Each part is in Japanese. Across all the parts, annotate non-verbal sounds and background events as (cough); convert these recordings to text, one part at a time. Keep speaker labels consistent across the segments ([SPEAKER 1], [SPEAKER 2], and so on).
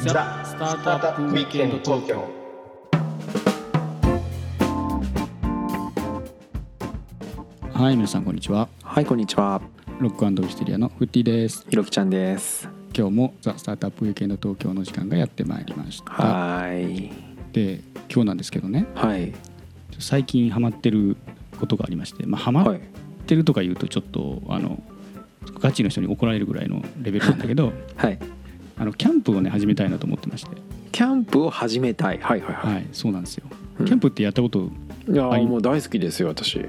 [SPEAKER 1] ザ・スタートアップウィークエンド東京
[SPEAKER 2] はい皆さんこんにちは
[SPEAKER 3] はいこんにちは
[SPEAKER 2] ロックウィステリアのフッティです
[SPEAKER 3] ひろきちゃんです
[SPEAKER 2] 今日もザ・スタートアップウィークエンド東京の時間がやってまいりました
[SPEAKER 3] はい
[SPEAKER 2] で今日なんですけどね
[SPEAKER 3] はい
[SPEAKER 2] 最近ハマってることがありましてまあハマ
[SPEAKER 3] は
[SPEAKER 2] っ
[SPEAKER 3] い
[SPEAKER 2] てるとか言うとちょっとあのガチの人に怒られるぐらいのレベルなんだけど
[SPEAKER 3] はい
[SPEAKER 2] (laughs) あのキャンプをね始めたいなと思ってまして
[SPEAKER 3] キャンプを始めたいはいはいは
[SPEAKER 2] はいそうなんですよ
[SPEAKER 3] うん
[SPEAKER 2] キャンプってやったこと
[SPEAKER 3] いいやー、
[SPEAKER 2] はい
[SPEAKER 3] もう大好きですよ私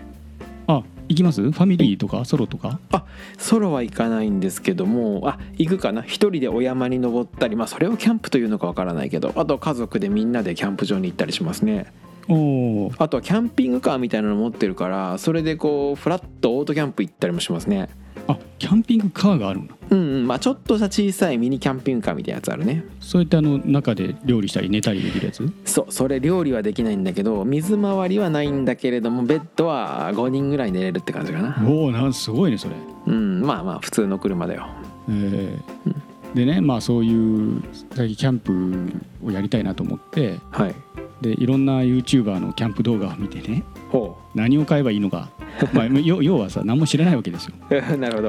[SPEAKER 2] あ行きますファミリーとかソロとか
[SPEAKER 3] あソロは行かないんですけどもあ行くかな一人でお山に登ったりまあそれをキャンプというのかわからないけどあと家族でみんなでキャンプ場に行ったりしますね
[SPEAKER 2] おお
[SPEAKER 3] あとはキャンピングカーみたいなの持ってるからそれでこうフラッとオートキャンプ行ったりもしますね
[SPEAKER 2] あキャンピングカーがあるの
[SPEAKER 3] うんうんまあちょっとした小さいミニキャンピングカーみたいなやつあるね
[SPEAKER 2] そうやってあの中で料理したり寝たりできるやつ
[SPEAKER 3] そうそれ料理はできないんだけど水回りはないんだけれどもベッドは5人ぐらい寝れるって感じかな
[SPEAKER 2] おおなんすごいねそれ、
[SPEAKER 3] うんまあまあ普通の車だよ
[SPEAKER 2] えーでねまあそういう最近キャンプをやりたいなと思って
[SPEAKER 3] はい
[SPEAKER 2] でいろんな YouTuber のキャンプ動画を見てね
[SPEAKER 3] ほ
[SPEAKER 2] 何を買えばいいのか、 (laughs) まあ、要要はさ何も知ら (laughs) ないわけですよ、
[SPEAKER 3] うなるほど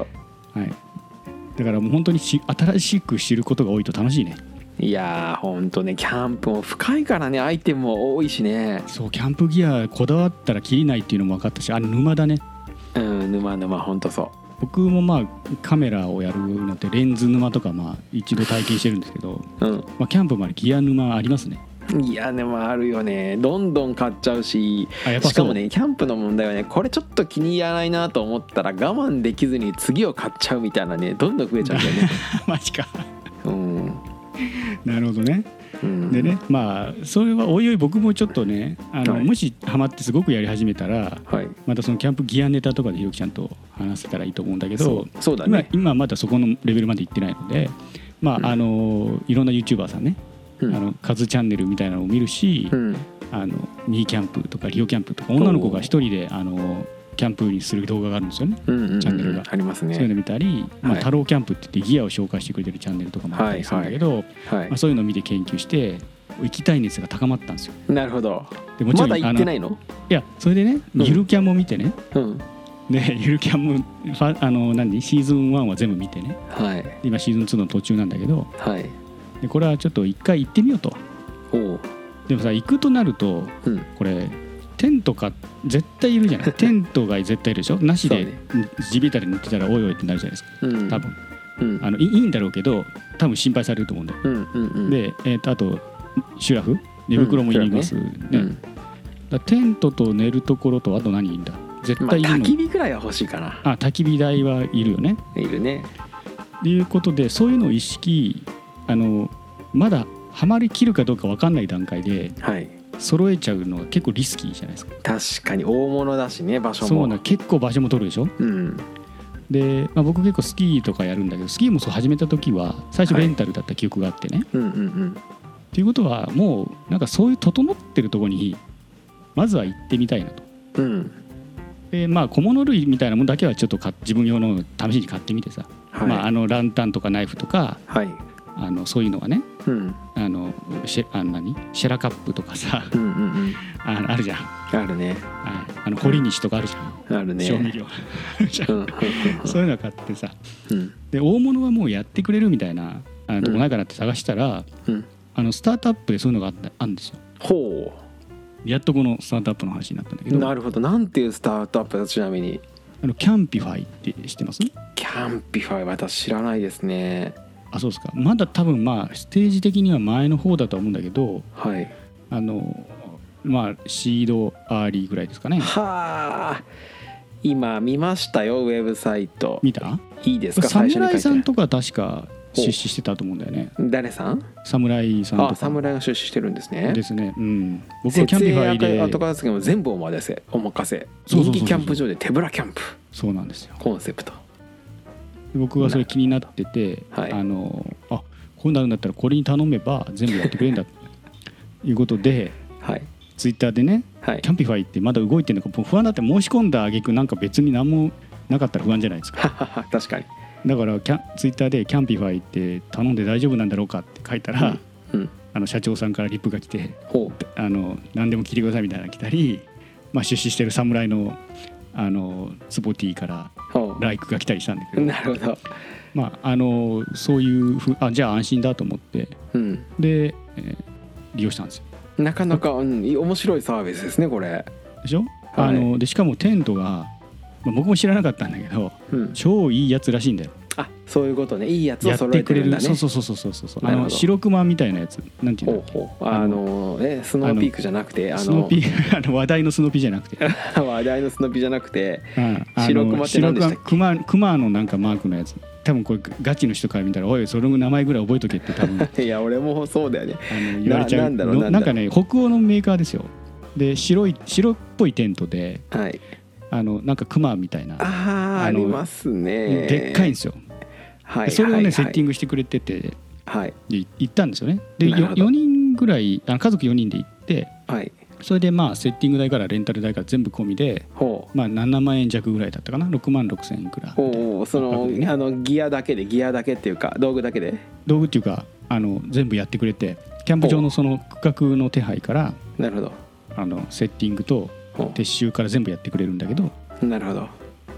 [SPEAKER 2] はい、だからもう本当にし新しく知ることが多いと楽しいね
[SPEAKER 3] いやーほんとねキャンプも深いからねアイテムも多いしね
[SPEAKER 2] そうキャンプギアこだわったらきりないっていうのも分かったしあれ沼だね
[SPEAKER 3] うん沼沼ほんとそ
[SPEAKER 2] 僕もまあカメラをやるのってレンズ沼とかまあ一度体験してるんですけど、
[SPEAKER 3] う
[SPEAKER 2] まあ、キャンプまでギア沼ありますね
[SPEAKER 3] うんいやでもあるよねどんどん買っちゃうし
[SPEAKER 2] あやっぱそう
[SPEAKER 3] しかもねキャンプの問題はねこれちょっと気に入らないなと思ったら我慢できずに次を買っちゃうみたいなねどんどん増えちゃうんだよ
[SPEAKER 2] (laughs)
[SPEAKER 3] ね
[SPEAKER 2] (laughs) マジか
[SPEAKER 3] うん、
[SPEAKER 2] なるほどね
[SPEAKER 3] うん、
[SPEAKER 2] でねまあそれはおいおい僕もちょっとねあの、
[SPEAKER 3] はい
[SPEAKER 2] もしハマってすごくやり始めたら
[SPEAKER 3] はい
[SPEAKER 2] またそのキャンプギアネタとかでひろきちゃんと話せたらいいと思うんだけど
[SPEAKER 3] そうそうだ
[SPEAKER 2] 今
[SPEAKER 3] ね、
[SPEAKER 2] 今まだそこのレベルまで行ってないのでまあ、
[SPEAKER 3] うん
[SPEAKER 2] あのいろんな YouTuber さんね、
[SPEAKER 3] うん
[SPEAKER 2] あのカズチャンネルみたいなのを見るし、
[SPEAKER 3] うん、
[SPEAKER 2] あのミーキャンプとかリオキャンプとか女の子が一人であのキャンプにする動画があるんですよね。
[SPEAKER 3] うんうんうん
[SPEAKER 2] チャンネルが
[SPEAKER 3] あります
[SPEAKER 2] そういうの
[SPEAKER 3] ね。
[SPEAKER 2] 見たり、まあ、
[SPEAKER 3] はい
[SPEAKER 2] 太郎キャンプって言ってギアを紹介してくれてるチャンネルとかもあったりするんだけど、
[SPEAKER 3] はい
[SPEAKER 2] まあ、。そういうのを見て研究して行きたい熱が高まったんですよ。
[SPEAKER 3] なるほど。
[SPEAKER 2] でもちろ
[SPEAKER 3] ま
[SPEAKER 2] ん
[SPEAKER 3] だ行ってな
[SPEAKER 2] あの
[SPEAKER 3] いの？
[SPEAKER 2] いやそれでね
[SPEAKER 3] うん
[SPEAKER 2] ゆるキャンも見てね、
[SPEAKER 3] うん。
[SPEAKER 2] でゆるキャンもファあの何シーズン1は全部見てね
[SPEAKER 3] はい
[SPEAKER 2] 今シーズン2の途中なんだけど
[SPEAKER 3] はい。
[SPEAKER 2] でこれはちょっと一回行ってみようと。
[SPEAKER 3] おお。
[SPEAKER 2] でもさ行くとなると
[SPEAKER 3] うん。
[SPEAKER 2] これテントか絶対いるじゃ
[SPEAKER 3] (laughs)
[SPEAKER 2] ないテントが絶対いるでしょなしで
[SPEAKER 3] そうね
[SPEAKER 2] 地べたで寝てたらおいおいってなるじゃないですか
[SPEAKER 3] うん。
[SPEAKER 2] 多分
[SPEAKER 3] うん。
[SPEAKER 2] あのいいいんだろうけど多分心配されると思うんだよ、
[SPEAKER 3] うんうんうん。
[SPEAKER 2] で、えーとあとシュラフ寝袋もいります、ね
[SPEAKER 3] うん。
[SPEAKER 2] だからテントと寝るところとあと何いるんだ絶
[SPEAKER 3] まあ
[SPEAKER 2] 対いるの、
[SPEAKER 3] 焚き火くらいは欲しいかな。
[SPEAKER 2] あ焚き火台はいるよね
[SPEAKER 3] いるね。
[SPEAKER 2] ということでそういうのを意識あのまだハマりきるかどうか分かんない段階で
[SPEAKER 3] はい。
[SPEAKER 2] 揃えちゃうのは結構リスキーじゃないですか
[SPEAKER 3] 確かに大物だしね場所も。
[SPEAKER 2] そうな結構場所も取るでしょ
[SPEAKER 3] うん。
[SPEAKER 2] で、まあ、僕結構スキーとかやるんだけどスキーもそう始めた時は最初レンタルだった記憶があってね、
[SPEAKER 3] うんうんうん。
[SPEAKER 2] っていうことはもうなんかそういう整ってるところにまずは行ってみたいなと
[SPEAKER 3] うん。
[SPEAKER 2] でまあ小物類みたいなものだけはちょっと買っ自分用のを試しに買ってみてさ、
[SPEAKER 3] はい。
[SPEAKER 2] まあ、あのランタンとかナイフとか
[SPEAKER 3] はい。
[SPEAKER 2] あのそういうのはね
[SPEAKER 3] うん
[SPEAKER 2] あのシェあの何シェラカップとかさ (laughs)
[SPEAKER 3] うんうんうん。
[SPEAKER 2] あのあるじゃん、
[SPEAKER 3] あるね。
[SPEAKER 2] はいあの掘り西とかあるじゃん、
[SPEAKER 3] あるね。
[SPEAKER 2] 調味料あるじゃん
[SPEAKER 3] うんうん
[SPEAKER 2] そういうの買ってさ
[SPEAKER 3] うん
[SPEAKER 2] で大物はもうやってくれるみたいなあのとこないかなって探したら、
[SPEAKER 3] うん。
[SPEAKER 2] あのスタートアップでそういうのがあったあるんですよ
[SPEAKER 3] ほ
[SPEAKER 2] やっとこのスタートアップの話になったんだけ
[SPEAKER 3] う。
[SPEAKER 2] ど
[SPEAKER 3] なるほど。なんていうスタートアップだちなみに。
[SPEAKER 2] あのキャンピファイって知ってます
[SPEAKER 3] キャンピファイ私知らないですね
[SPEAKER 2] あそうですかまだ多分まあステージ的には前の方だとは思うんだけど
[SPEAKER 3] はい
[SPEAKER 2] あのまあシードアーリーぐらいですかね
[SPEAKER 3] はあ今見ましたよウェブサイト
[SPEAKER 2] 見た
[SPEAKER 3] いいですか最初に書いて
[SPEAKER 2] 侍
[SPEAKER 3] ある
[SPEAKER 2] さんとか確か出資してたと思うんだよね
[SPEAKER 3] 誰さん
[SPEAKER 2] 侍さん
[SPEAKER 3] あ
[SPEAKER 2] とか
[SPEAKER 3] 侍が出資してるんですね
[SPEAKER 2] ですねうん僕はキャン
[SPEAKER 3] 設
[SPEAKER 2] ピフ
[SPEAKER 3] 営
[SPEAKER 2] ァイ
[SPEAKER 3] 赤後
[SPEAKER 2] で
[SPEAKER 3] 片付けも全部お任せお任せ
[SPEAKER 2] そうそうそうそう
[SPEAKER 3] 人気キャンプ場で手ぶらキャンプ
[SPEAKER 2] そうなんですよ
[SPEAKER 3] コンセプト
[SPEAKER 2] 僕はそれ気になってて、
[SPEAKER 3] はい
[SPEAKER 2] あのあこうなるんだったらこれに頼めば全部やってくれるん (laughs) だということで
[SPEAKER 3] はい
[SPEAKER 2] ツイッターでね
[SPEAKER 3] はい
[SPEAKER 2] キャンピファイってまだ動いてるのか僕不安だって申し込んだ挙句なんか別に何もなかったら不安じゃないですか
[SPEAKER 3] ははは確かに
[SPEAKER 2] だからキャンツイッターでキャンピファイって頼んで大丈夫なんだろうかって書いたら、
[SPEAKER 3] うんうん
[SPEAKER 2] あの社長さんからリップが来て
[SPEAKER 3] ほう
[SPEAKER 2] あの何でも聞いてくださいみたいなのが来たり、まあ、出資してる侍のあのツボティから
[SPEAKER 3] ほ
[SPEAKER 2] ライクが来たりしたんだけ
[SPEAKER 3] う
[SPEAKER 2] ど、
[SPEAKER 3] なるほど
[SPEAKER 2] まあ、あのそういうふうあじゃあ安心だと思って
[SPEAKER 3] うん
[SPEAKER 2] で、えー利用したんですよ。
[SPEAKER 3] なかなか、うん、面白いサービスですねこれ
[SPEAKER 2] でしょ、あのでしかもテントが、まあ僕も知らなかったんだけど
[SPEAKER 3] うん
[SPEAKER 2] 超いいやつらしいんだよ。
[SPEAKER 3] あそういうことねいいやつ
[SPEAKER 2] や
[SPEAKER 3] を
[SPEAKER 2] っ
[SPEAKER 3] 揃
[SPEAKER 2] て
[SPEAKER 3] えて
[SPEAKER 2] くれ
[SPEAKER 3] るん
[SPEAKER 2] る
[SPEAKER 3] だね
[SPEAKER 2] そうそうそうそうそうそう
[SPEAKER 3] な
[SPEAKER 2] あ
[SPEAKER 3] るほど
[SPEAKER 2] の白熊みたいなやつなんていう
[SPEAKER 3] ほ
[SPEAKER 2] の
[SPEAKER 3] うほうあのねスノーピークじゃなくてあの
[SPEAKER 2] スノピー (laughs) あの話題のスノピーじゃなくて、
[SPEAKER 3] (laughs) 話題のスノピーじゃなくて
[SPEAKER 2] うんあの
[SPEAKER 3] 白熊って何でしたっけ
[SPEAKER 2] 白熊熊熊のなんかマークのやつ多分これガチの人から見たら「おいその名前ぐらい覚えとけ」って多
[SPEAKER 3] (laughs)
[SPEAKER 2] 分あ
[SPEAKER 3] いや俺もそうだよね
[SPEAKER 2] の言われちゃう
[SPEAKER 3] ななんだろうなんだろう
[SPEAKER 2] なんかね北欧のメーカーですよで白い白っぽいテントで
[SPEAKER 3] はい
[SPEAKER 2] あのなんか熊みたいな
[SPEAKER 3] あああ
[SPEAKER 2] あの
[SPEAKER 3] りますね
[SPEAKER 2] でっかいんですよ、
[SPEAKER 3] は
[SPEAKER 2] で
[SPEAKER 3] い
[SPEAKER 2] それをね、セッティン
[SPEAKER 3] グ
[SPEAKER 2] グしてくれてて
[SPEAKER 3] はい
[SPEAKER 2] で行ったんですよねで
[SPEAKER 3] なるほど
[SPEAKER 2] 4人ぐらいあの家族4人で行って
[SPEAKER 3] はい
[SPEAKER 2] それでまあセッティング代からレンタル代から全部込みで、
[SPEAKER 3] ほう
[SPEAKER 2] まあ、7万円弱ぐらいだったかな6万6千円くらい
[SPEAKER 3] ほうほうその
[SPEAKER 2] なんかね
[SPEAKER 3] あのギアだけでギアだけっていうか道具だけで
[SPEAKER 2] 道具っていうかあの全部やってくれてキャンプ場のその区画の手配から
[SPEAKER 3] なるほど
[SPEAKER 2] あのセッティングと
[SPEAKER 3] ほ
[SPEAKER 2] 撤収から全部やってくれるんだけど
[SPEAKER 3] うなるほど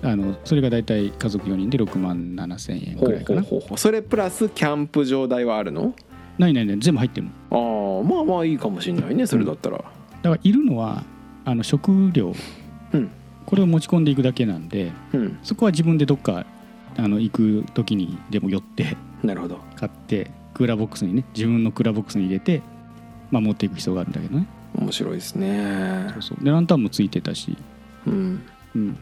[SPEAKER 2] あのそれが大体家族4人で6万7千円
[SPEAKER 3] ほ
[SPEAKER 2] くら
[SPEAKER 3] う
[SPEAKER 2] いか
[SPEAKER 3] ほう
[SPEAKER 2] な
[SPEAKER 3] ほうほうそれプラスキャンプ場代はあるの
[SPEAKER 2] ないないない全部入ってるの
[SPEAKER 3] ああまあまあいいかもしれないねそれだったら、
[SPEAKER 2] だからいるのはあの食料
[SPEAKER 3] うん
[SPEAKER 2] これを持ち込んでいくだけなんで
[SPEAKER 3] うん、
[SPEAKER 2] そこは自分でどっかあの行く時にでも寄って
[SPEAKER 3] なるほど
[SPEAKER 2] 買ってクーラーボックスにね自分のクーラーボックスに入れて、まあ、持っていく必要があるんだけどね
[SPEAKER 3] 面白いですね
[SPEAKER 2] そうそうでランタンもついてたし
[SPEAKER 3] うん
[SPEAKER 2] うん、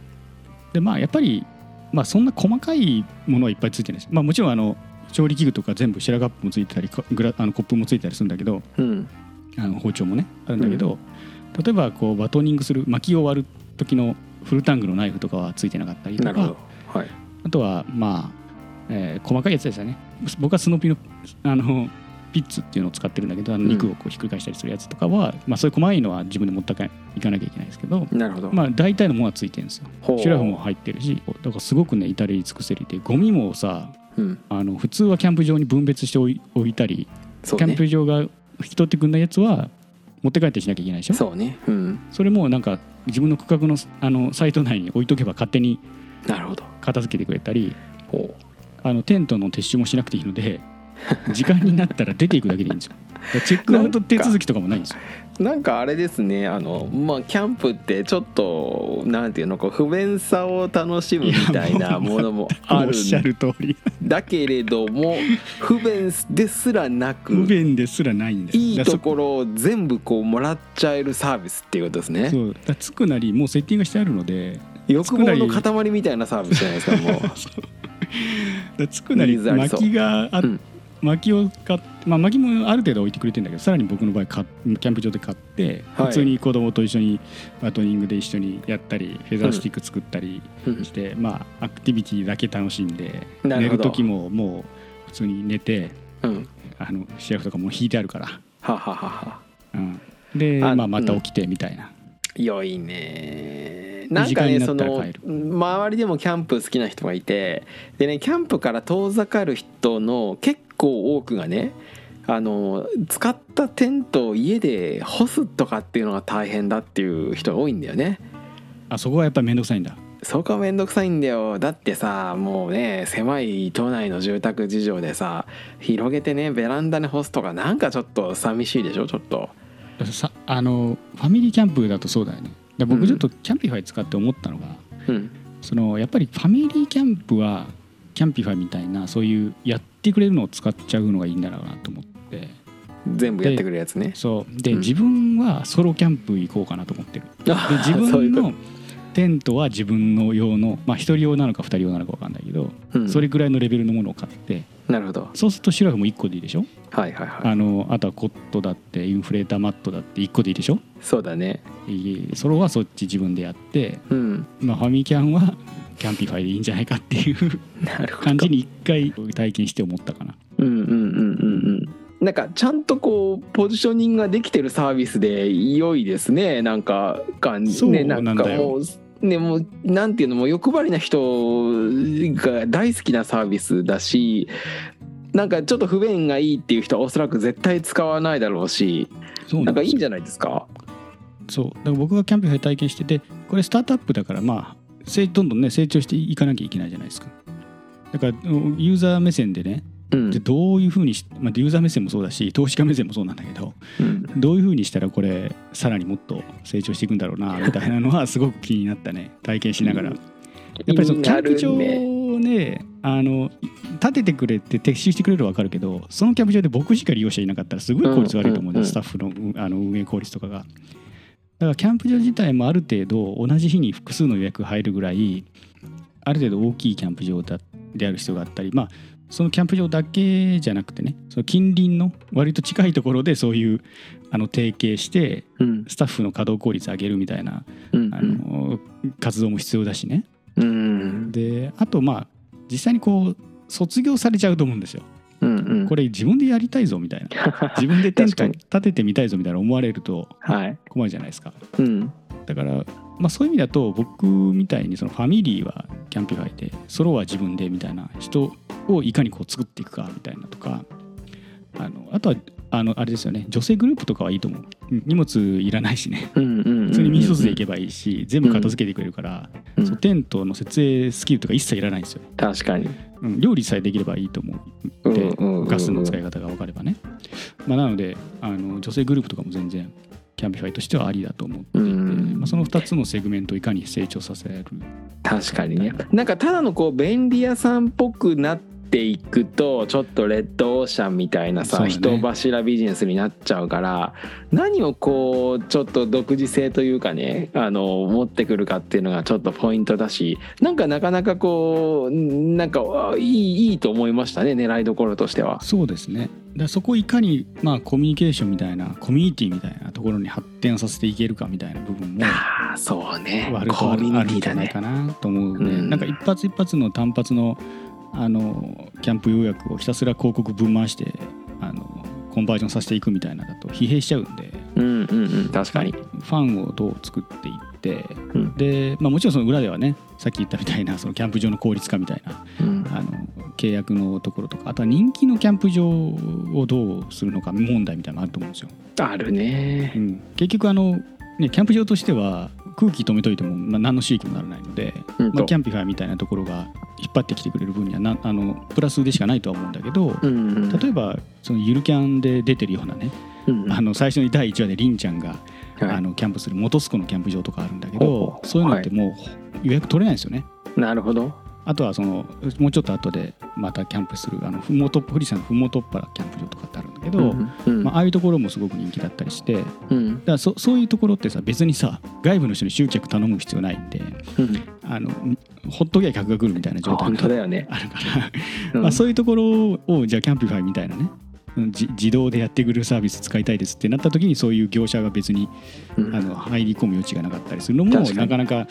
[SPEAKER 2] でまあやっぱり、まあ、そんな細かいものはいっぱいついてないです、まあ、もちろんあの調理器具とか全部白カップもついてたりかグラあのコップもついてたりするんだけど
[SPEAKER 3] うん
[SPEAKER 2] あの包丁もねあるんだけど、例えばこうバトニングする薪を割る時のフルタングのナイフとかはついてなかったりと
[SPEAKER 3] なる
[SPEAKER 2] か
[SPEAKER 3] ほどはい
[SPEAKER 2] あとはまあ、えー細かいやつでしたね僕はスノピのあのピッツっていうのを使ってるんだけどあの
[SPEAKER 3] うん
[SPEAKER 2] 肉をこうひっくり返したりするやつとかは、まあ、そういう細かいのは自分で持っていかなきゃいけないですけど、
[SPEAKER 3] なるほど、
[SPEAKER 2] まあ、大体のものはついてるんですよ
[SPEAKER 3] ほう
[SPEAKER 2] シュラフも入ってるしだからすごくね至れり尽くせりでゴミもさ
[SPEAKER 3] うん
[SPEAKER 2] あの普通はキャンプ場に分別しておい置いたり、
[SPEAKER 3] そう
[SPEAKER 2] キャン
[SPEAKER 3] ね
[SPEAKER 2] プ場が引き取ってくんないやつは持って帰ってしなきゃいけないでしょそ
[SPEAKER 3] そうねうん
[SPEAKER 2] れもなんか自分の区画のあのサイト内に置いとけば勝手に
[SPEAKER 3] なるほど
[SPEAKER 2] 片付けてくれたり
[SPEAKER 3] ほ
[SPEAKER 2] あのテントの撤収もしなくていいの
[SPEAKER 3] (laughs)
[SPEAKER 2] で時間になったら出ていくだけでいいんですよだからチェックアウト手続きとかもないんですよ
[SPEAKER 3] うなんかあれですねあのまあキャンプってちょっとなんていうのこう不便さを楽しむみた
[SPEAKER 2] (laughs)
[SPEAKER 3] い
[SPEAKER 2] い
[SPEAKER 3] な
[SPEAKER 2] やも
[SPEAKER 3] も
[SPEAKER 2] う
[SPEAKER 3] のもあ
[SPEAKER 2] お
[SPEAKER 3] る
[SPEAKER 2] っしゃ
[SPEAKER 3] ん
[SPEAKER 2] る通り
[SPEAKER 3] だけれども不便ですらな
[SPEAKER 2] 不
[SPEAKER 3] く
[SPEAKER 2] 便ですらないんです
[SPEAKER 3] いい
[SPEAKER 2] だからそ
[SPEAKER 3] ところを全部こうもらっちゃえるサービスっていうことですね
[SPEAKER 2] そうだからつくなりもうセッティングしてあるので
[SPEAKER 3] 欲望の塊みたいなサービスじゃないですかも
[SPEAKER 2] だからつくなり
[SPEAKER 3] ニーズありそう
[SPEAKER 2] 薪が (laughs) あ、
[SPEAKER 3] うん
[SPEAKER 2] 薪を買って、まあ、薪もある程度置いてくれてるんだけどさらに僕の場合買っキャンプ場で買って、
[SPEAKER 3] はい
[SPEAKER 2] 普通に子供と一緒にバトニングで一緒にやったりフェザースティック作ったり
[SPEAKER 3] う、うん
[SPEAKER 2] して、まあアクティビティだけ楽しんで
[SPEAKER 3] なる
[SPEAKER 2] 寝
[SPEAKER 3] ほど
[SPEAKER 2] る時ももう普通に寝て
[SPEAKER 3] うん、
[SPEAKER 2] あのシェアフとかもう引いてあるから、
[SPEAKER 3] はははは
[SPEAKER 2] うん、で
[SPEAKER 3] あ
[SPEAKER 2] まあ、また起きてみたいな、
[SPEAKER 3] 良いねなん
[SPEAKER 2] 身
[SPEAKER 3] か
[SPEAKER 2] 近に
[SPEAKER 3] ね
[SPEAKER 2] な
[SPEAKER 3] そ
[SPEAKER 2] ったら
[SPEAKER 3] の
[SPEAKER 2] 帰る
[SPEAKER 3] 周りでもキャンプ好きな人がいてでねキャンプから遠ざかる人の結構多くがねあの使ったテントを家で干すとかっていうのが大変だっていう人が多いんだよね
[SPEAKER 2] あそこはやっぱり面倒くさいんだ
[SPEAKER 3] そこはめんどくさいんだよだってさもうね狭い都内の住宅事情でさ広げてねベランダに干すとかなんかちょっと寂しいでしょちょっと
[SPEAKER 2] さあのファミリーキャンプだとそうだよねで
[SPEAKER 3] うん
[SPEAKER 2] 僕ちょっとキャンピファイ使って思ったのが、
[SPEAKER 3] うん
[SPEAKER 2] そのやっぱりファミリーキャンプはキャンピファイみたいなそういうやってくれるのを使っちゃうのがいいんだろうなと思って
[SPEAKER 3] 全部やってくれるやつね
[SPEAKER 2] そうで、
[SPEAKER 3] うん
[SPEAKER 2] 自分はソロキャンプ行こうかなと思ってる
[SPEAKER 3] で
[SPEAKER 2] で自
[SPEAKER 3] そうい
[SPEAKER 2] 分
[SPEAKER 3] うこと
[SPEAKER 2] のテントは自分の用のまあ一人用なのか二人用なのか分かんないけど、
[SPEAKER 3] うん
[SPEAKER 2] それぐらいのレベルのものを買って
[SPEAKER 3] なるほど
[SPEAKER 2] そうするとシュラフも1個でいいでしょ、
[SPEAKER 3] はいはいはい
[SPEAKER 2] あのあとはコットだってインフレーターマットだって1個でいいでしょ
[SPEAKER 3] そうだね
[SPEAKER 2] いいソロはそっち自分でやって、
[SPEAKER 3] うん
[SPEAKER 2] まあ、ファミキャンはキャンピファイでいいんじゃないかっていう
[SPEAKER 3] なるほど
[SPEAKER 2] 感じに一回体験して思ったかな。
[SPEAKER 3] うんうんうんうんうんなんかちゃんとこうポジショニングができてるサービスで良いですねなんか感じ
[SPEAKER 2] そう
[SPEAKER 3] ね
[SPEAKER 2] なんだよ
[SPEAKER 3] かもうねもうなんていうのもう欲張りな人が大好きなサービスだしなんかちょっと不便がいいっていう人はおそらく絶対使わないだろうし
[SPEAKER 2] そう
[SPEAKER 3] なんかいいんじ
[SPEAKER 2] ゃ
[SPEAKER 3] ゃないですか
[SPEAKER 2] そうだから僕がキャンプで体験しててこれスタートアップだからまあせいどんどんね成長していかなきゃいけないじゃないですかだからうんユーザー目線でね
[SPEAKER 3] うん
[SPEAKER 2] でどういうふうにし、まあ、ユーザー目線もそうだし投資家目線もそうなんだけど
[SPEAKER 3] うん
[SPEAKER 2] どういうふうにしたらこれさらにもっと成長していくんだろうなみたいなのはすごく気になったね体験しながら
[SPEAKER 3] うん
[SPEAKER 2] やっぱりそのキャンプ場
[SPEAKER 3] 気になるね
[SPEAKER 2] をねあの立ててくれて撤収してくれるのは分かるけどそのキャンプ場で僕しか利用者いなかったらすごい効率悪いと思うんだ
[SPEAKER 3] うんうんうん
[SPEAKER 2] よスタッフのうんあの運営効率とかが。だからキャンプ場自体もある程度同じ日に複数の予約入るぐらいある程度大きいキャンプ場だである必要があったりまあそのキャンプ場だけじゃなくてねその近隣の割と近いところでそういうあの提携して
[SPEAKER 3] うん
[SPEAKER 2] スタッフの稼働効率上げるみたいな
[SPEAKER 3] うん
[SPEAKER 2] あの活動も必要だしね
[SPEAKER 3] うん
[SPEAKER 2] であとまあ実際にこう卒業されちゃうと思うんですよ
[SPEAKER 3] うんうん
[SPEAKER 2] これ自分でやりたいぞみ
[SPEAKER 3] (laughs)
[SPEAKER 2] たいな自分でテン
[SPEAKER 3] 確か
[SPEAKER 2] ト
[SPEAKER 3] に
[SPEAKER 2] 立ててみたいぞみたいな思われると
[SPEAKER 3] はい
[SPEAKER 2] 困るじゃないですか
[SPEAKER 3] うん
[SPEAKER 2] だから、まあ、そういう意味だと僕みたいにそのファミリーはキャンピファイでソロは自分でみたいな人をいかにこう作っていくかみたいなとかあのあとはあのあれですよね女性グループとかはいいと思ううん荷物いらないしね
[SPEAKER 3] うんうん
[SPEAKER 2] 普通に身一つで行け
[SPEAKER 3] け
[SPEAKER 2] ばいいし全部片付けてくれるから、
[SPEAKER 3] うん
[SPEAKER 2] そうテントの設営スキルとか一切いらないんですよ、
[SPEAKER 3] 確かに
[SPEAKER 2] うん料理さえできればいいと思うで、ガスの使い
[SPEAKER 3] 方
[SPEAKER 2] 方が分かればね、まあ、なのであの女性グループとかも全然キャンピファイとしてはありだと思っていて、
[SPEAKER 3] うん
[SPEAKER 2] まあ、その2つのセグメントをいかに成長させられる
[SPEAKER 3] 確かにねなんかただのこう便利屋さんっぽくなっていくとちょっとレッドオーシャンみたいな
[SPEAKER 2] そ
[SPEAKER 3] さ、
[SPEAKER 2] うだね
[SPEAKER 3] 人柱ビジネスになっちゃうから何をこうちょっと独自性というかねあの持ってくるかっていうのがちょっとポイントだしなんかなかなかこうなんかあいいいいと思いましたね狙いどころとしては。
[SPEAKER 2] そうですねだからそこをいかに、まあ、コミュニケーションみたいなコミュニティみたいなところに発展させていけるかみたいな部分も
[SPEAKER 3] ああそうね
[SPEAKER 2] 割と
[SPEAKER 3] コ
[SPEAKER 2] ある
[SPEAKER 3] ミュ
[SPEAKER 2] ある
[SPEAKER 3] ニテ
[SPEAKER 2] ん
[SPEAKER 3] ィ
[SPEAKER 2] じゃ
[SPEAKER 3] だ
[SPEAKER 2] ない
[SPEAKER 3] ね。
[SPEAKER 2] かなと思うね、
[SPEAKER 3] うん
[SPEAKER 2] なんか一発一発の単発のあのキャンプ予約をひたすら広告ぶん回してあのコンバージョンさせていくみたいなのだと疲弊しちゃうんで
[SPEAKER 3] うんうんうん確かに。
[SPEAKER 2] ファンをどう作っていって、
[SPEAKER 3] うん
[SPEAKER 2] で、まあ、もちろんその裏ではねさっき言ったみたいなそのキャンプ場の効率化みたいな
[SPEAKER 3] うん
[SPEAKER 2] あの契約のところとかあとは人気のキャンプ場をどうするのか問題みたいなのあると思うんですよ。
[SPEAKER 3] あるね。
[SPEAKER 2] 結局あの、ね、キャンプ場としては空気止めといても、まあ、何の収益もならないので、
[SPEAKER 3] うん
[SPEAKER 2] ま
[SPEAKER 3] と
[SPEAKER 2] あ、キャンピファイみたいなところが引っ張ってきてくれる分にはなあのプラスでしかないとは思うんだけど、
[SPEAKER 3] うんうん
[SPEAKER 2] 例えばそのゆるキャンで出てるようなね、
[SPEAKER 3] うんうん
[SPEAKER 2] あの最初に第1話でりんちゃんが、
[SPEAKER 3] はい
[SPEAKER 2] あのキャンプする元栖湖のキャンプ場とかあるんだけ
[SPEAKER 3] ほう
[SPEAKER 2] ど
[SPEAKER 3] ほう
[SPEAKER 2] そういうのってもう予約取れないですよね。
[SPEAKER 3] なるほど。
[SPEAKER 2] あとはそのもうちょっと後でまたキャンプするあのふもと富士山のふもとっぱらキャンプ場とかってあるんだけど、
[SPEAKER 3] うんうん
[SPEAKER 2] まあ、ああいうところもすごく人気だったりして、
[SPEAKER 3] うん
[SPEAKER 2] だからそそういうところってさ別にさ外部の人に集客頼む必要ないんで
[SPEAKER 3] うん
[SPEAKER 2] あのほっときゃ客が来るみたいな状態
[SPEAKER 3] 本
[SPEAKER 2] が
[SPEAKER 3] 当だよね。
[SPEAKER 2] あるから、
[SPEAKER 3] うん
[SPEAKER 2] まあ、そういうところをじゃあキャンピファイみたいなねうんじ自動でやってくれるサービス使いたいですってなった時にそういう業者が別に
[SPEAKER 3] うん
[SPEAKER 2] あの入り込む余地がなかったりするのも
[SPEAKER 3] 確かに
[SPEAKER 2] なかなか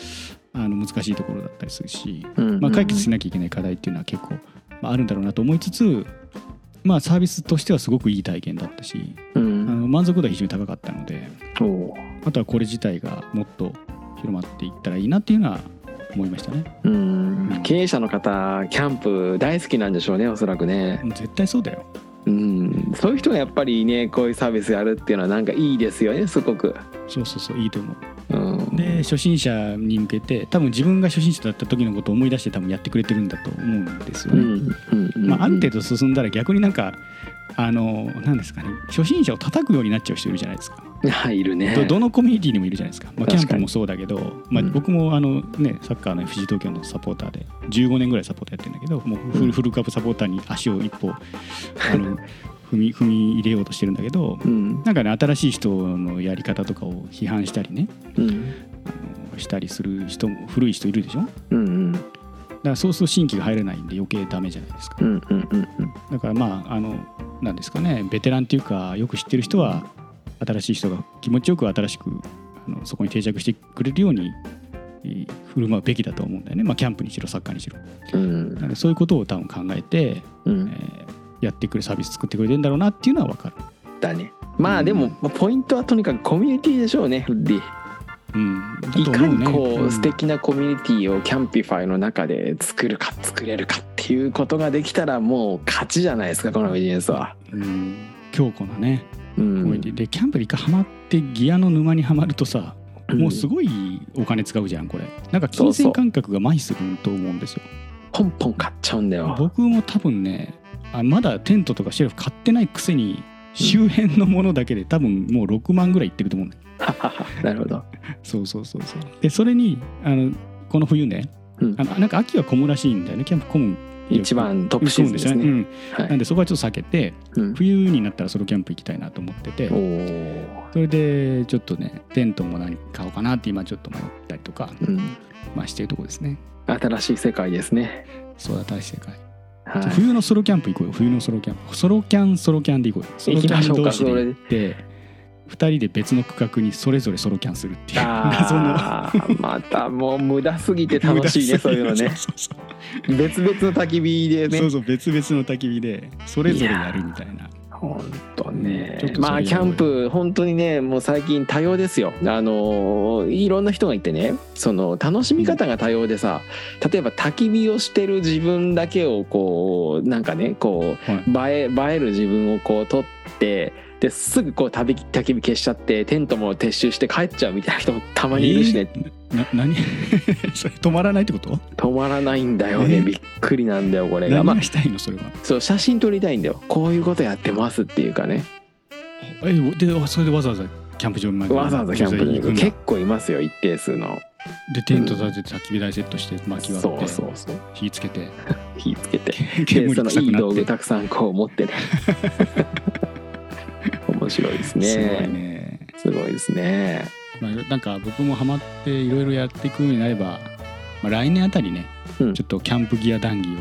[SPEAKER 2] あの難しいところだったりするし、
[SPEAKER 3] うん
[SPEAKER 2] まあ、解決しなきゃいけない課題っていうのは結構、まあ、あるんだろうなと思いつつ、まあ、サービスとしてはすごくいい体験だったし
[SPEAKER 3] う
[SPEAKER 2] あ
[SPEAKER 3] ん
[SPEAKER 2] の満足度は非常に高かったので。
[SPEAKER 3] おう
[SPEAKER 2] あとはこれ自体がもっと広まっていったらいいなっていうのは思いましたね。
[SPEAKER 3] うんまあ経営者の方キャンプ大好きなんでしょうねおそらくね、
[SPEAKER 2] もう絶対そうだよ。
[SPEAKER 3] うん、そういう人がやっぱりねこういうサービスやるっていうのはなんかいいですよねすごく、
[SPEAKER 2] そうそうそういいと思う。
[SPEAKER 3] うん、
[SPEAKER 2] で初心者に向けて多分自分が初心者だった時のことを思い出して多分やってくれてるんだと思うんですよ
[SPEAKER 3] うん
[SPEAKER 2] ね。
[SPEAKER 3] うんうん
[SPEAKER 2] まあ、ある程度進んだら逆になんかあのなんですかね初心者を叩くようになっちゃう人いるじゃないですか。
[SPEAKER 3] はいいるね
[SPEAKER 2] どどのコミュニティにもいるじゃないですか、まあ、
[SPEAKER 3] 確か
[SPEAKER 2] キ
[SPEAKER 3] に
[SPEAKER 2] ャンプもそうだけど、まあ、
[SPEAKER 3] うん
[SPEAKER 2] 僕もあの、ね、サッカーの FC 東京のサポーターで15年ぐらいサポーターやってるんだけどもうフ
[SPEAKER 3] うん
[SPEAKER 2] ルフルカップサポーターに足を一歩あの (laughs) 踏み踏み入れようとしてるんだけど
[SPEAKER 3] うん
[SPEAKER 2] なんかね新しい人のやり方とかを批判したりね
[SPEAKER 3] うん
[SPEAKER 2] あのしたりする人も古い人いるでしょだか
[SPEAKER 3] うんうん
[SPEAKER 2] らそうすると新規が入れないんで余計ダメじゃないですか
[SPEAKER 3] うんうんうんうん
[SPEAKER 2] だからまああのなんですかねベテランっていうかよく知ってる人は新しい人が気持ちよく新しくあのそこに定着してくれるようにえー振る舞うべきだと思うんだよね、まあ、キャンプにしろサッカーにしろ
[SPEAKER 3] うん
[SPEAKER 2] なのでそういうことを多分考えて、
[SPEAKER 3] う
[SPEAKER 2] え
[SPEAKER 3] ん
[SPEAKER 2] ーやってくれるサービス作ってくれてるんだろうなっていうのは分かる、
[SPEAKER 3] だねまあでもポイントはとにかくコミュニティでしょうねフッディ
[SPEAKER 2] うん、だ
[SPEAKER 3] い
[SPEAKER 2] と
[SPEAKER 3] か
[SPEAKER 2] 思うね
[SPEAKER 3] にこ
[SPEAKER 2] う
[SPEAKER 3] うん素敵なコミュニティをキャンピファイの中で作るか作れるかってっていうことができたらもう勝ちじゃないですかこのビジネスは。
[SPEAKER 2] うん、強固なね、
[SPEAKER 3] うん、
[SPEAKER 2] でキャンプに一回ハマってギアの沼にはまるとさもうす
[SPEAKER 3] ぐ
[SPEAKER 2] ごいお金使うじゃんこれなんか金
[SPEAKER 3] そうそう
[SPEAKER 2] 銭感覚が麻痺すると思うんですよ
[SPEAKER 3] ポンポン買っちゃうんだよ。
[SPEAKER 2] 僕も多分ねあまだテントとかシェルフ買ってないくせに周辺のものだけで多分もう6万ぐらいいってると思うんだよ
[SPEAKER 3] なるほど。
[SPEAKER 2] そうそうそうそうでそれにあのこの冬ね、
[SPEAKER 3] うん
[SPEAKER 2] あのなんか秋は混むらしいんだよねキャンプ混む
[SPEAKER 3] 一番トップシーズンです
[SPEAKER 2] う
[SPEAKER 3] ね。
[SPEAKER 2] ん
[SPEAKER 3] は
[SPEAKER 2] なん
[SPEAKER 3] い。
[SPEAKER 2] でそこはちょっと避けて
[SPEAKER 3] うん
[SPEAKER 2] 冬になったらソロキャンプ行きたいなと思ってて
[SPEAKER 3] おー
[SPEAKER 2] それでちょっとねテントも何買おうかなって今ちょっと迷ったりとか、
[SPEAKER 3] うん。
[SPEAKER 2] まあ、してるとこですね
[SPEAKER 3] 新しい世界ですね。
[SPEAKER 2] そうだ大世界、
[SPEAKER 3] はい。
[SPEAKER 2] 冬のソロキャンプ行こうよ冬のソロキャンプソロキャンソロキャンで行こうよソロキャン同士で行って2人で別の区画にそれぞれソロキャンするっていう謎の
[SPEAKER 3] あーまたもう無駄すぎて楽しいねそういうのね
[SPEAKER 2] (laughs) そうそうそう
[SPEAKER 3] 別々の焚き火で
[SPEAKER 2] そう
[SPEAKER 3] ね
[SPEAKER 2] そう別々の焚き火でそれぞれやるみたいな
[SPEAKER 3] 本当ね
[SPEAKER 2] ちょっとそれ
[SPEAKER 3] まあキャンプ本当にねもう最近多様ですよあのーいろんな人がいてねその楽しみ方が多様でさ例えば焚き火をしてる自分だけをこうなんかねこう映え映える自分をこう撮ってですぐこう焚き焚き火消しちゃってテントも撤収して帰っちゃうみたいな人もたまにいるしね、
[SPEAKER 2] えーな何 (laughs) それ止まらないってこと
[SPEAKER 3] 止まらないんだよね、
[SPEAKER 2] えー
[SPEAKER 3] びっくりなんだよこれが、
[SPEAKER 2] 何
[SPEAKER 3] まあ
[SPEAKER 2] が、したいのそれは
[SPEAKER 3] そう写真撮りたいんだよこういうことやってますっていうかね
[SPEAKER 2] えでそれでわざわざキャンプ場まで
[SPEAKER 3] わざわざキャンプ
[SPEAKER 2] 行
[SPEAKER 3] に行
[SPEAKER 2] く
[SPEAKER 3] く
[SPEAKER 2] んだ
[SPEAKER 3] 結構いますよ一定数の
[SPEAKER 2] でテント立てて焚き火台セットして薪割っ
[SPEAKER 3] そ
[SPEAKER 2] て
[SPEAKER 3] うそうそう
[SPEAKER 2] 火つけて
[SPEAKER 3] 火つけてで
[SPEAKER 2] 煙
[SPEAKER 3] そ
[SPEAKER 2] 臭
[SPEAKER 3] の
[SPEAKER 2] く
[SPEAKER 3] いい
[SPEAKER 2] な
[SPEAKER 3] 道
[SPEAKER 2] っ
[SPEAKER 3] 具
[SPEAKER 2] て
[SPEAKER 3] たくさんこう持
[SPEAKER 2] (laughs)
[SPEAKER 3] ってね面白いです
[SPEAKER 2] すごい
[SPEAKER 3] ね
[SPEAKER 2] ね、
[SPEAKER 3] すごいですね
[SPEAKER 2] まあ、なんか僕もハマっていろいろやっていくようになれば、まあ、来年あたりね、
[SPEAKER 3] うん
[SPEAKER 2] ちょっとキャンプギア談義を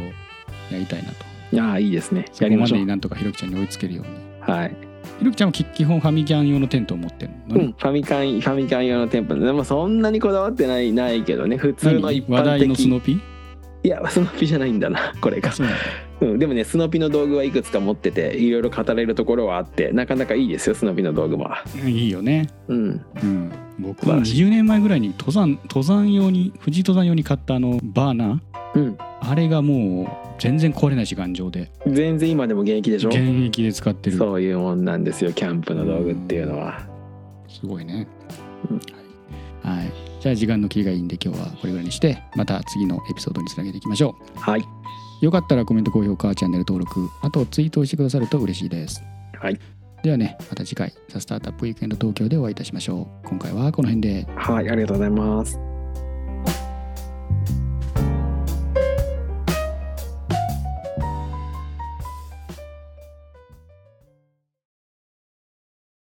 [SPEAKER 2] やりたいなと
[SPEAKER 3] ああいいですね
[SPEAKER 2] そ
[SPEAKER 3] や
[SPEAKER 2] こ
[SPEAKER 3] りま
[SPEAKER 2] ま
[SPEAKER 3] しょ
[SPEAKER 2] で
[SPEAKER 3] う
[SPEAKER 2] になんとかひろきちゃんに追いつけるように
[SPEAKER 3] はい、
[SPEAKER 2] ひろきちゃんはき基本ファミキャン用のテントを持ってるの
[SPEAKER 3] う
[SPEAKER 2] ね、
[SPEAKER 3] ん、ファミカンファミカン用の店舗でもそんなにこだわってないないけどね普通
[SPEAKER 2] 何
[SPEAKER 3] の一
[SPEAKER 2] 話
[SPEAKER 3] 般
[SPEAKER 2] 題のス
[SPEAKER 3] 的
[SPEAKER 2] ノピ
[SPEAKER 3] いやスノピじゃないん
[SPEAKER 2] (laughs)
[SPEAKER 3] だなこれが
[SPEAKER 2] あそうなんだ
[SPEAKER 3] うん、でもねスノピの道具はいくつか持ってていろいろ語れるところはあってなかなかいいですよスノピの道具も、
[SPEAKER 2] うんいいよね、
[SPEAKER 3] うん、
[SPEAKER 2] うん、僕
[SPEAKER 3] 素晴
[SPEAKER 2] は
[SPEAKER 3] らし
[SPEAKER 2] 20年前ぐらいに登山登山用に富士登山用に買ったあのバーナー、
[SPEAKER 3] うん
[SPEAKER 2] あれがもう全然壊れないし頑丈で
[SPEAKER 3] 全然今でも現役でしょ
[SPEAKER 2] 現役で使ってる
[SPEAKER 3] そういうもんなんですよキャンプの道具っていうのは
[SPEAKER 2] すごいね
[SPEAKER 3] うん。
[SPEAKER 2] はい、はいじゃあ時間の切りがいいんで今日はこれぐらいにしてまた次のエピソードにつなげていきましょ
[SPEAKER 3] はいう
[SPEAKER 2] よかったらコメント高評価チャンネル登録あとツイートをしてくださると嬉しいです
[SPEAKER 3] はい
[SPEAKER 2] ではねまた次回「ザ・スタートアップウィークエンド東京」でお会いいたしましょう今回はこの辺で
[SPEAKER 3] はいありがとうございます